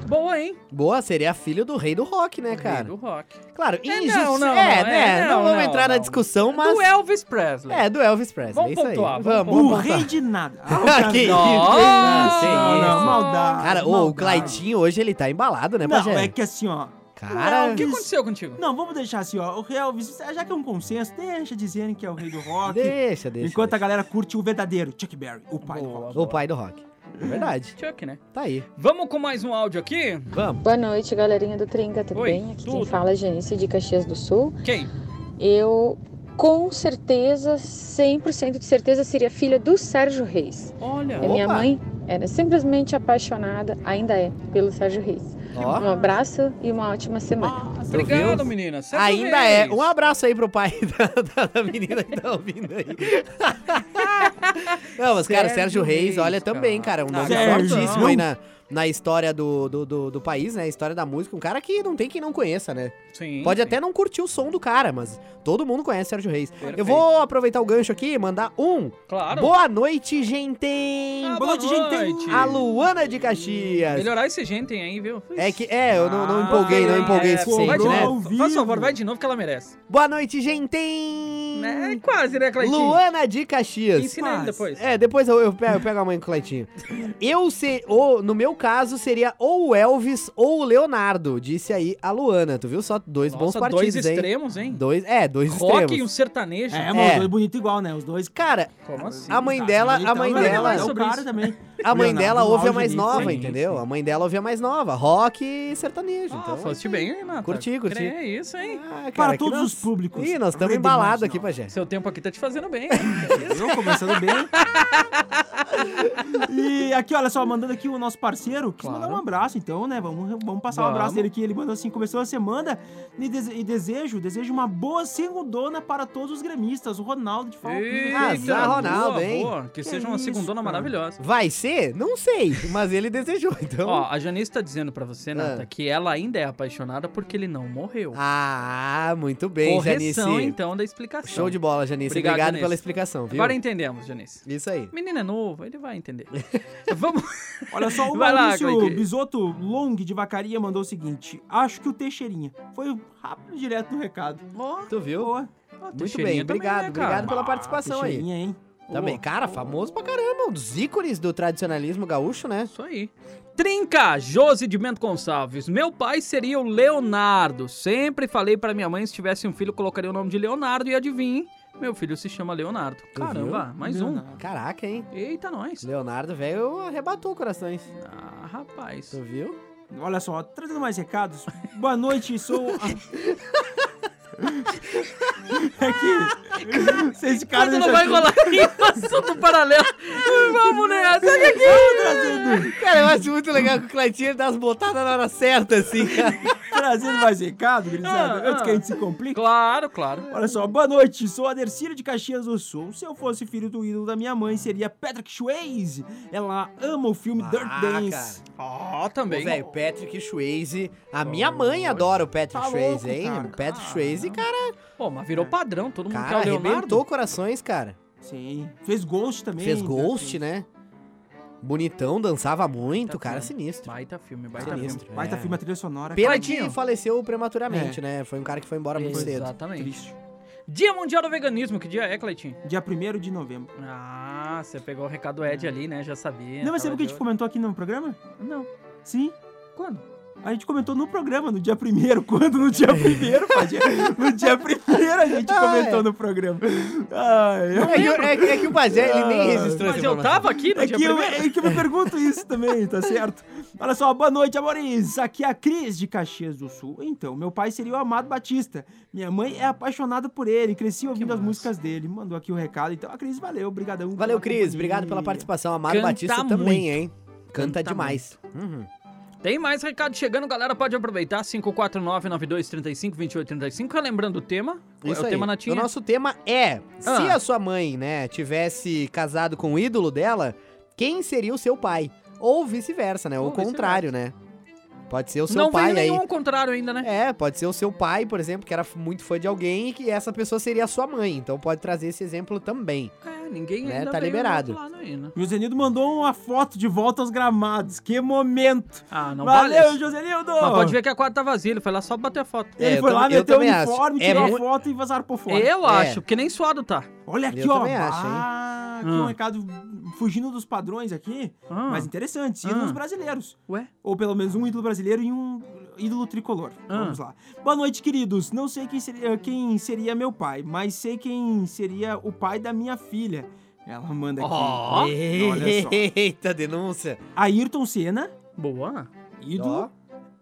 Boa, hein? Boa, seria filho do rei do rock, né, Rei cara? do rock. Claro, não, injustiça. não, não, é, é, né? Não, não, vamos não, entrar na não. É discussão, mas. Do Elvis Presley. É, do Elvis Presley. Vamos é isso pontuar, aí. vamos Vamos, O vamos rei pontuar. de nada. *laughs* Ah, que isso, Ah, Nossa, que Não, isso. não, maldade. Cara, ô, o maldade. Claitinho hoje ele tá embalado, né, Não, Pajé? é que assim, ó. Cara, o O que aconteceu contigo? Não, vamos deixar assim, ó. O Elvis, já que é um consenso, deixa dizerem que é o rei do rock. deixa, deixa. enquanto a deixa. galera curte o verdadeiro Chuck Berry, o pai do rock. O pai do rock. É Verdade. Chuck, né? Tá aí. Vamos com mais um áudio aqui? Vamos. Boa noite, galerinha do Trinca, tudo Oi, bem? Aqui tudo. quem fala é Janice de Caxias do Sul. Quem? Eu, com certeza, 100% de certeza, seria filha do Sérgio Reis. Olha. A minha Opa! mãe era simplesmente apaixonada, ainda é, pelo Sérgio Reis. Ah. Ó. Um abraço e uma ótima semana. Obrigado, menina. Sete Ainda vezes. é. Um abraço aí pro pai *laughs* da, da- da menina que tá ouvindo *laughs* aí. Não, mas, cara, Sérgio Sérgio Reis, Reis, olha, também, cara, um nome Sérgio. fortíssimo aí na, na história do, do, do, do país, né? História da música. Um cara que não tem quem não conheça, né? Sim, Pode sim. até não curtir o som do cara, mas todo mundo conhece Sérgio Reis. Eu Perfeito. vou aproveitar o gancho aqui e mandar um. Claro. Boa noite, gente! Ah, Boa noite, gente. A Luana de Caxias. Melhorar esse gente aí, viu? É que, é, eu não, não Ah, empolguei, não empolguei o é, suficiente, cobrou né? ao vivo. Faz favor, vai de novo que ela merece. Boa noite, gente! É, quase, né, Cleitinho? Luana de Caxias. Ensina ele depois. É, depois eu, eu pego, eu pego a mãe com o Cleitinho. Eu sei, ou, no meu caso, seria ou o Elvis ou o Leonardo, disse aí a Luana. Tu viu só dois bons Nossa, partidos, dois hein? extremos, hein? Dois, é, dois Rock e um extremos. sertanejo. É, mano, É. Ah, os dois bonitos igual, né? Os dois. Cara, Como assim? a mãe dela, a Então, mãe mas dela, É o sobre cara isso. também. a mãe Leonardo, dela no ouve a auge mais dele, nova, sim, entendeu? sim. A mãe dela ouve a mais nova, rock e sertanejo. Ah, então, fosse é isso bem, aí. Renata. Curti, curti. É isso, hein? Ah, cara, Para que todos nós- os públicos. Ih, nós estamos Rede embalados aqui, Nacional. Pajé. Seu tempo aqui tá te fazendo bem. *laughs* Eu começando bem. E aqui, olha só, mandando aqui o nosso parceiro, quis Claro. mandar um abraço, então, né? Vamos, vamos passar um Vamos. abraço dele aqui. Ele mandou assim: começou a semana e, dese- e desejo, desejo uma boa segundona para todos os gremistas. O Ronaldo de Falcão. Eita, Azar, Ronaldo, um boa, hein? boa. Que seja uma isso, segundona cara. maravilhosa. Vai ser? Não sei, mas ele desejou, então. Ó, a Janice tá dizendo pra você, Nata, que ela ainda é apaixonada porque ele não morreu. Ah, muito bem, Correção, Janice. então, da explicação. Show de bola, Janice. Obrigado, Obrigado, Janice. pela explicação, viu? Agora entendemos, Janice. Isso aí. Menino é novo, ele vai *laughs* entender. Vamos. Olha só, o Vai lá, Maurício Cleitinho. Bisoto Long de Vacaria mandou o seguinte: acho que o Teixeirinha. Foi rápido e direto no recado. Ó, Tu viu? Boa. Ah, ó, Muito Teixeirinha bem, também, obrigado. né, cara? obrigado pela participação aí. Teixeirinha, hein? Também, Tá cara, famoso pra caramba. Um dos ícones do tradicionalismo gaúcho, né? Isso aí. Trinca, Josi de Bento Gonçalves. Meu pai seria o Leonardo. Sempre falei pra minha mãe se tivesse um filho, colocaria o nome de Leonardo e adivinhe, meu filho se chama Leonardo. Caramba, mais um. Caraca, hein? Eita, nós. Leonardo, velho, arrebatou corações. Ah, rapaz. Tu viu? Olha só, trazendo mais recados. Boa noite, sou. a- *laughs* é que. Vocês ficaram Quando não nesse vai assunto. rolar *laughs* aqui, assunto paralelo. Vamos nessa. Olha aqui. Cara, eu acho muito legal que o Cleitinho ele dá as botadas na hora certa, assim, *laughs* cara. Trazendo mais recado, gurizada. Ah, Antes que a ah. gente se complique. Claro, claro. Olha só, boa noite, sou a Dercira de Caxias do Sul. Se eu fosse filho do ídolo da minha mãe, seria Patrick Swayze. Ela ama o filme Dirt Ah, Dance. Ó, Ô, também. velho, Patrick Swayze. A minha mãe adora o Patrick Tá Swayze, louco, hein? cara. O Patrick Swayze, cara, Pô, mas virou padrão. Todo mundo É. cara quer o Leonardo. arrebentou corações, cara. Sim. Fez Ghost também. Fez Dirt Dance. Ghost, né? Bonitão, dançava muito, cara, sinistro. Baita filme, baita filme. Sinistro. Baita é. filme, a trilha sonora. Tá Pena que Cleitinho. faleceu É. prematuramente, né? Foi um cara que foi embora muito cedo. Exatamente. Triste. Dia Mundial do Veganismo. Que dia é, Cleitinho? Dia 1 de novembro. Ah, você pegou o recado É. Ed ali, né? Já sabia. Não, mas você sabe o que a gente comentou aqui no programa? Não. Sim. Quando? A gente comentou no programa, no dia primeiro. *laughs* Quando? No dia primeiro, Padilha? No dia primeiro a gente Ah, comentou é. no programa. Ai, eu- É que, é que- é que o Pajé, ele Ah. nem registrou Mas essa eu informação. tava aqui no É dia que, eu, primeiro. é que eu me pergunto isso também, tá certo? Olha só, boa noite, amores. Aqui é a Cris de Caxias do Sul. Então, meu pai seria o Amado Batista. Minha mãe é apaixonada por ele. Cresci ouvindo as massa. músicas dele. Mandou aqui o recado. Então, a Cris, valeu. Obrigadão. Valeu, pela Cris. Obrigado pela companhia. participação. Amado Canta Batista muito. também, hein? Canta, Canta demais. Uhum. Tem mais recado chegando, galera. Pode aproveitar. 549-9235-2835. Lembrando o tema. é Isso o aí. tema Natinha. O nosso tema é: se Ah. a sua mãe, né, tivesse casado com o ídolo dela, quem seria o seu pai? Ou vice-versa, né? Ou Ou o contrário, né? Pode ser o seu Não pai veio aí. nenhum ao contrário ainda, né? É, pode ser o seu pai, por exemplo, que era muito fã de alguém e que essa pessoa seria a sua mãe. Então pode trazer esse exemplo também. É, ninguém Né, ainda tá veio do liberado. outro lado ainda. O Zenildo mandou uma foto de volta aos gramados. Que momento! Ah, não vale. Valeu, isso. Joselildo! Mas pode ver que a quadra tá vazia. Ele foi lá só bater a foto. É, Ele eu foi lá, tam- eu meteu o também acho. uniforme, É tirou a mu- foto e vazaram por fora. Eu É. acho, porque nem suado tá. Olha aqui, eu ó. também acho, hein? Hum. ah, que Hum. um recado fugindo dos padrões aqui, Ah, mas interessante. Ah. Ídolos brasileiros. Ué? Ou pelo menos um ídolo brasileiro e um ídolo tricolor. Hum. Ah. Vamos lá. Boa noite, queridos. Não sei quem seria, quem seria meu pai, mas sei quem seria o pai da minha filha. Ela manda aqui. Ó. Olha só. Eita, denúncia. Ayrton Senna, Boa. ídolo. Ó.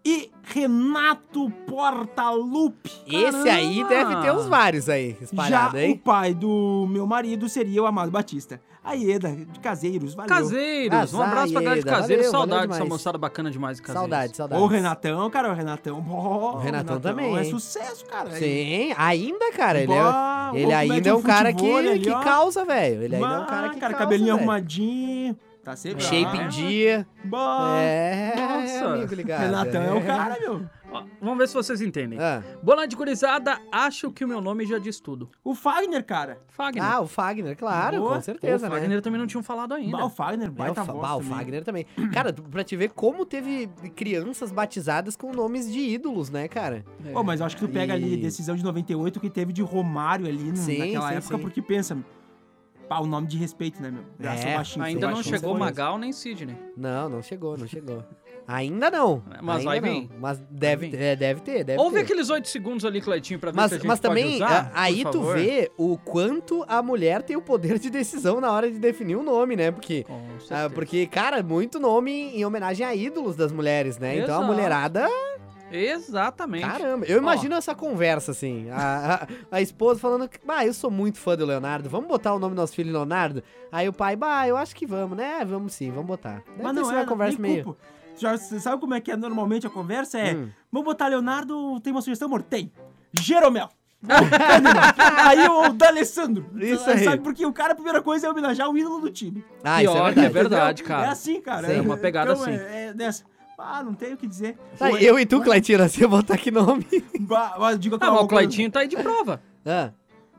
e Renato Portaluppi. Esse aí deve ter uns vários aí, espalhado, Já hein? o pai do meu marido seria o Amado Batista. Aí, Eda, de Caseiros, valeu. Caseiros, um abraço pra galera de Caseiros. Saudade dessa moçada bacana demais de Caseiros. Saudade, saudade. Ô, Renatão, cara, o Renatão. Ó, O Renatão também, É hein? sucesso, cara. Sim, ainda, cara. Ele, Bah, é, o ele ainda é um moleque do cara que, futebol ali, que ó. causa, velho. Ele ainda é um Bah, cara que cara, causa, cabelinho velho. arrumadinho. Tá sempre lá. Shape em dia. Bah, É, Nossa. amigo ligado. Renatão é o cara, meu. Ó, vamos ver se vocês entendem. Ah. Boa noite, gurizada. Acho que o meu nome já diz tudo. O Fagner, cara. Fagner. Ah, o Fagner, claro, Boa. com certeza, o né? Fagner também não tinham falado ainda. Bah, o Fagner, Bah, é o é baita Fa- voz bah, o também. Fagner também. Cara, tu- pra te ver como teve crianças batizadas com nomes de ídolos, né, cara? Ô, mas eu acho que tu pega ali E- decisão de 98 que teve de Romário ali no- Sim, naquela sim, época, sim. porque pensa, pá, o nome de respeito, né, meu? Graças É, ao baixinho. Ainda eu não acho que chegou foi Magal nem Sidney. Não, não chegou, não chegou. Ainda não. Mas ainda vai não. vir. Mas deve, vir. é, deve ter, deve Ouve ter. aqueles 8 segundos ali, Cleitinho, pra ver se a Mas, gente mas pode também, usar, a- aí por tu favor. vê o quanto a mulher tem o poder de decisão na hora de definir o nome, né? Porque, Com ah, certeza. porque cara, muito nome em homenagem a ídolos das mulheres, né? Então a Exato. mulherada, Exatamente. caramba. Eu Ó. imagino essa conversa, assim. A, a- a esposa falando, que, bah, eu sou muito fã do Leonardo, vamos botar o nome do nosso filho Leonardo? Aí o pai, bah, eu acho que vamos, né? Vamos sim, vamos botar. Deve Mas ter não sido é, uma conversa nem meio... culpo. Já, você sabe como é que é normalmente a conversa? É, Hum. vamos botar Leonardo, tem uma sugestão, amor? Tem. Jeromel. *laughs* aí o D'Alessandro. Isso aí. Sabe, porque o cara, a primeira coisa é homenagear o ídolo do time. Ah, isso é Pior que verdade. é verdade, É cara. assim, cara. Sim. É uma pegada então, assim. É, é dessa. Ah, não tenho o que dizer. Tá, Ué, eu e tu, Cleitinho, assim, eu botar que nome. bah, mas digo Ah, mas o uma coisa- Cleitinho tá aí de prova. Ah,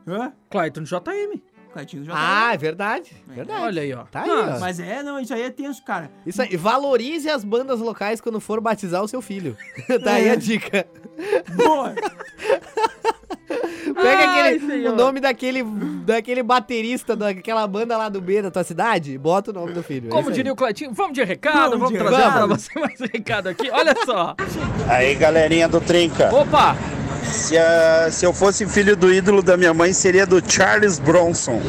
Hã? Clayton JM. Cleitinho já tá- ah, é verdade, verdade. Olha aí, ó. Tá aí, Ah, ó. Mas é, não, isso aí é tenso, cara. Isso aí, valorize as bandas locais quando for batizar o seu filho. *laughs* tá aí a dica. Boa! *laughs* Pega Ai, aquele, senhor. o nome daquele, daquele baterista daquela banda lá do B da tua cidade, bota o nome do filho. é Como isso aí. diria o Cleitinho, vamos de recado, Vamos vamos, de trazer recado. pra você mais um recado aqui. Olha só. Aí, galerinha do Trinca. Opa! Se, ah, se eu fosse filho do ídolo da minha mãe, seria do Charles Bronson.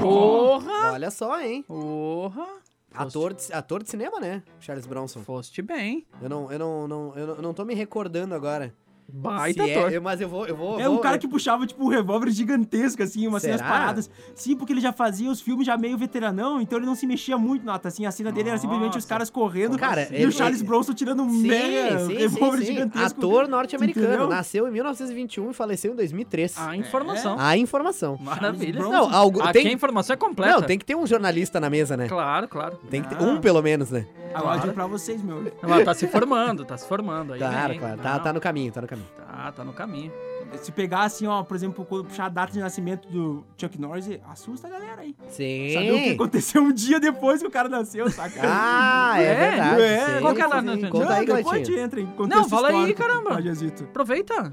Porra! Ah. Olha só, hein? Porra! Ator de, ator de cinema, né? Charles Bronson. Foste bem. Eu não, eu não, não- eu não, eu não tô me recordando agora. Baita Se é- ator. eu- mas eu vou, eu vou. É vou- um cara que puxava, tipo, um revólver gigantesco, assim, umas cenas Será? paradas. Sim, porque ele já fazia os filmes já meio veteranão, então ele não se mexia muito, Nata. Assim, a cena dele era simplesmente os Nossa. caras correndo Cara, e ele- o Charles Bronson tirando um Sim, mega sim, revólver sim, sim. gigantesco. né? Ator norte-americano. Entendeu? Nasceu em 1921 e faleceu em 2003. A informação. A informação. Maravilha. Charles É. Não, algo, Aqui tem, a informação é completa. não, tem que ter um jornalista na mesa, né? Claro, claro. Tem que ter Ah. um, pelo menos, né? Agora eu digo pra vocês, meu. Ela tá se formando, tá se formando. Aí Claro, vem. claro. Tá, Não, tá no caminho, tá no caminho. tá, tá no caminho. Se pegar, assim, ó, por exemplo, quando puxar a data de nascimento do Chuck Norris, assusta a galera aí. Saber o que Sim. aconteceu um dia depois que o cara nasceu, saca? Ah, é, É, verdade. é. sim, Qual que é lá, sim. Nathan? Conta Não, aí, depois a Cleitinho. gente entra em contexto Não, fala aí, histórico, caramba. Pajazito. Aproveita.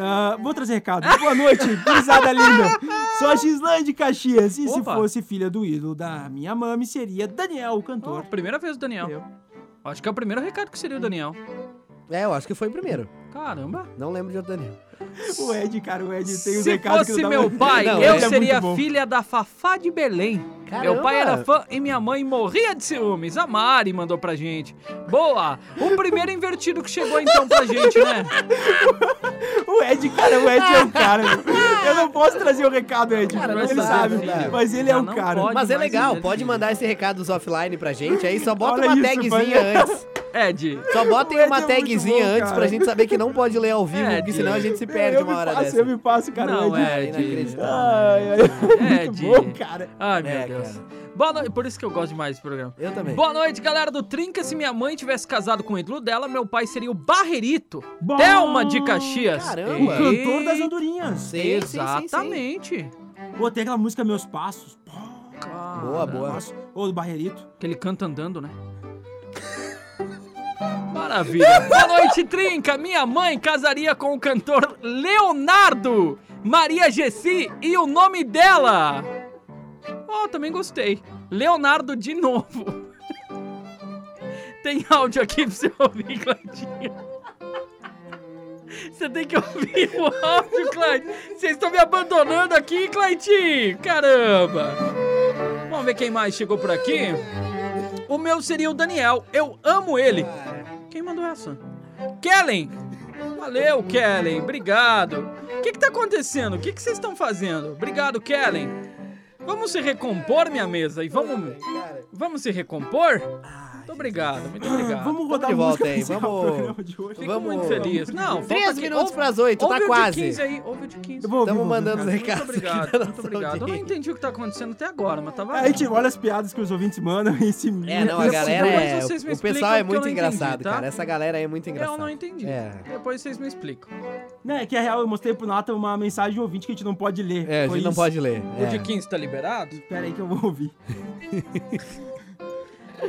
Ah, vou trazer recado. Boa *laughs* noite, gurizada linda. Sou a Gislaine Caxias. E se Opa. fosse filha do ídolo da minha mami, seria Daniel, o Ó, cantor. primeira vez o Daniel. Eu. Acho que é o primeiro recado que seria o Daniel. É, eu acho que foi o primeiro. Caramba. Não lembro de outro Daniel. O Ed, cara, o Ed tem os Se recados fosse que eu meu pai, Não, eu é. muito seria bom. filha da Fafá de Belém. Caramba. Meu É, pai era fã e minha mãe morria de ciúmes. A Mari mandou pra gente. Boa! O primeiro invertido que chegou então pra gente, *laughs* né? O Ed, cara, o Ed é o cara. meu. Eu não posso trazer o recado, Ed. Cara, não ele dá, sabe, não dá. mas ele é é Já o não cara. pode. Mas é mais legal, ainda. pode mandar esse recado dos offline pra gente. Aí só bota Olha uma isso, tagzinha vai. antes. Ed. Só O Ed botem é uma muito tagzinha bom, antes cara. pra gente saber que não pode ler ao vivo, É, porque senão a gente se Eu- perde eu uma me hora passo, dessa. Eu me passo, cara. Não, É, o Ed. É Ed. inacreditável. Ai, ai, Ed. *laughs* muito bom, cara. Ai, meu É, Deus. cara. Boa noite. Por isso que eu gosto demais desse programa. Eu também. Boa noite, galera do Trinca. Se minha mãe tivesse casado com o ídolo dela, meu pai seria o Barrerito. Bom, Thelma de Caxias. O caramba. cantor das Eita, andorinhas. Sim, sim, sim, sim. Exatamente. Pô, tem aquela música Meus Passos. Pô, Boa, boa. nossa. Ô, do Barreirito. Que ele canta andando, né? *laughs* Maravilha. Boa noite, Trinca. Minha mãe casaria com o cantor Leonardo Maria Gessi e o nome dela. Oh, também gostei. Leonardo de novo. *laughs* Tem áudio aqui pra você ouvir, Claudinha. Você tem que ouvir o áudio, Clyde. Vocês estão me abandonando aqui, Clyde. Caramba. Vamos ver quem mais chegou por aqui. O meu seria o Daniel. Eu amo ele. Quem mandou essa? Kellen! Valeu, Kellen. Obrigado. O que, que tá acontecendo? O que, que vocês estão fazendo? Obrigado, Kellen. Vamos se recompor, minha mesa, e vamos. Vamos se recompor? Muito obrigado, muito obrigado. Vamos rodar Tá, de a música volta aí, pra encerrar o vamos- programa de hoje. Fico muito feliz. Não, volta Três aqui. minutos Ouve- pras oito, ouve tá o de quase. 15 aí, ouve o de 15. vou ouvir, Tamo vou mandando os ouvir. recados. Muito obrigado, aqui da muito nossa obrigado. Eu não audiência. entendi o que tá acontecendo até agora, mas tava. A gente olha as piadas que os ouvintes mandam e se... É, não, a Depois galera é. vocês me O pessoal é explicam, porque eu muito não engraçado, entendi, tá? cara. Essa galera é muito engraçada. Eu não entendi. É. Depois vocês me explicam. Não, é que é real, eu mostrei pro Nathan uma mensagem de ouvinte que a gente não pode ler. É, a Foi gente não isso. pode ler. O de é. 15 tá liberado? Pera aí que eu vou ouvir.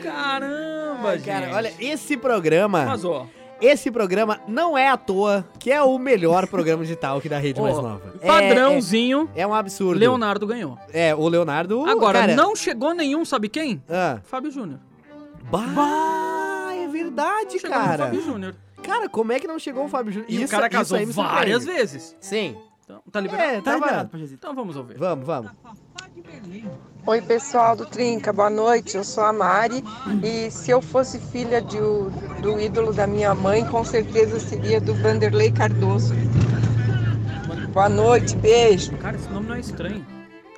Caramba, Ai, gente. cara, olha, esse programa. Mas, ó, Esse programa não é à toa que é o melhor programa de talk da *laughs* rede Ó, mais nova. É- padrãozinho, É, é um absurdo. Leonardo ganhou. É, o Leonardo. Agora, cara, não chegou nenhum, sabe quem? Ah, Fábio Júnior. bah, é verdade, Chegou nenhum cara. Fábio Júnior. Cara, como é que não chegou o Fábio Júnior? E o Isso- cara isso casou aí me surpreende. várias vezes. Sim. Então, tá liberado? É, Tá tava... liberado, Pajazito. Então vamos ouvir. Vamos, vamos. Oi, pessoal do Trinca, boa noite. Eu sou a Mari e se eu fosse filha de o- do ídolo da minha mãe, com certeza seria do Vanderlei Cardoso. Boa noite, beijo. Cara, esse nome não é estranho.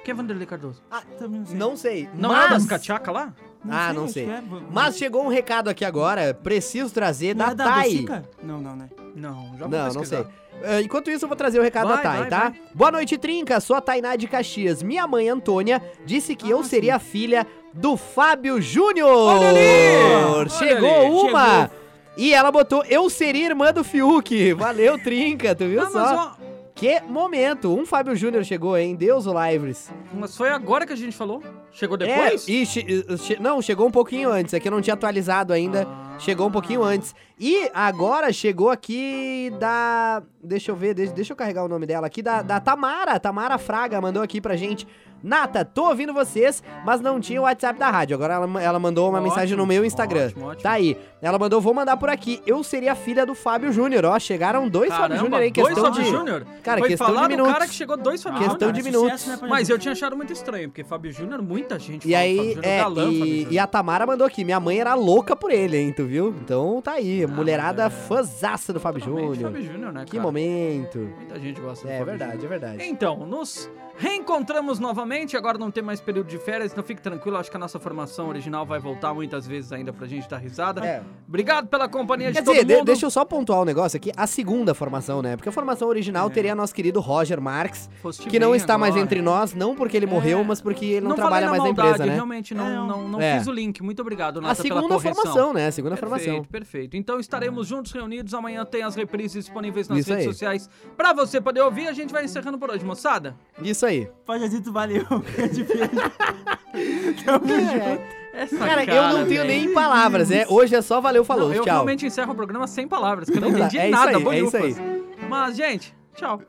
Quem é Vanderlei Cardoso? Ah, também não sei. Não sei. Não mas... é das cachaca lá? Ah, não acho sei. que é, vou- Mas chegou um recado aqui agora, preciso trazer Não da é da Thay. Docica? Não, não, né? Não, já vou Não, não pesquisar. sei. Eh, Enquanto isso, eu vou trazer o recado Vai, da Thay, vai, tá? Boa noite, Trinca. Sou a Tainá de Caxias. Minha mãe, Antônia, disse Ah, que eu seria a filha do Fábio Júnior. ali! Chegou Olha ali, uma. E ela botou, eu seria irmã do Fiuk. Valeu, Trinca, tu viu Ah, só? mas, ó, Que momento. Um Fábio Júnior chegou, hein? Deus o livres. mas foi agora que a gente falou? Chegou depois? É, e che- e- che- não, chegou um pouquinho antes. Aqui eu não tinha atualizado ainda. Chegou um pouquinho antes. E agora chegou aqui da. Deixa eu ver, deixa, deixa eu carregar o nome dela aqui. Da, da Tamara. Tamara Fraga mandou aqui pra gente. Nata, tô ouvindo vocês, mas não tinha o WhatsApp da rádio. Agora ela, ela mandou uma Ótimo, mensagem no meu Instagram. ótimo, ótimo. Tá aí. Ela mandou, vou mandar por aqui. Eu seria a filha do Fábio Júnior. Ó, chegaram dois Fábio Caramba, Júnior é aí. dois Questão Fábio de. Júnior? Cara, Foi questão de falar do minutos. cara que chegou dois Fábio Questão Júnior. de sucesso, minutos. né, Pajazito? Mas eu tinha achado muito estranho, porque Fábio Júnior, muita gente Tipo, E fala do aí, Fábio Júnior, é, galã Fábio e, Júnior. e a Tamara mandou aqui, minha mãe era louca por ele, hein, tu viu? Então tá aí, mulherada fãzaça do Fábio Ah, Totalmente Júnior. Fábio Júnior, né, Que cara? momento. Muita gente gosta do É Fábio verdade, é verdade. Então, nos reencontramos novamente. Agora não tem mais período de férias, então fique tranquilo. Acho que a nossa formação original vai voltar muitas vezes ainda pra gente dar risada. É. Obrigado pela companhia Quer de todo dizer, de- mundo. deixa eu só pontuar um negócio aqui, a segunda formação, né? Porque a formação É. original teria nosso querido Roger Marx, Foste que não bem está mais agora. É. entre nós, não porque ele morreu, mas porque ele não, não falei trabalha na mais na maldade, empresa, né? realmente não, não, não É. fiz o link. Muito obrigado, Nata, A segunda pela correção. formação, né? A segunda formação. Perfeito, perfeito. Então estaremos juntos reunidos. Amanhã tem as reprises disponíveis nas Isso redes aí. sociais pra você poder ouvir. A gente vai encerrando por hoje, moçada. Isso aí. Pajazito, valeu. *laughs* Grande *laughs* beijo. Tamo junto. É Essa É. Cara, eu não tenho velho. nem palavras, é. Hoje é só valeu, Não, falou, eu tchau. realmente encerro o programa sem palavras, que eu não Então tá, entendi é isso nada, aí, é bolhufas. isso aí. Mas, gente, tchau.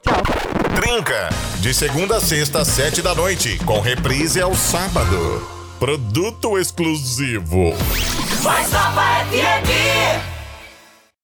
Trinca. De segunda a sexta, às sete da noite. Com reprise É ao sábado. Produto exclusivo. Voz Nova FM.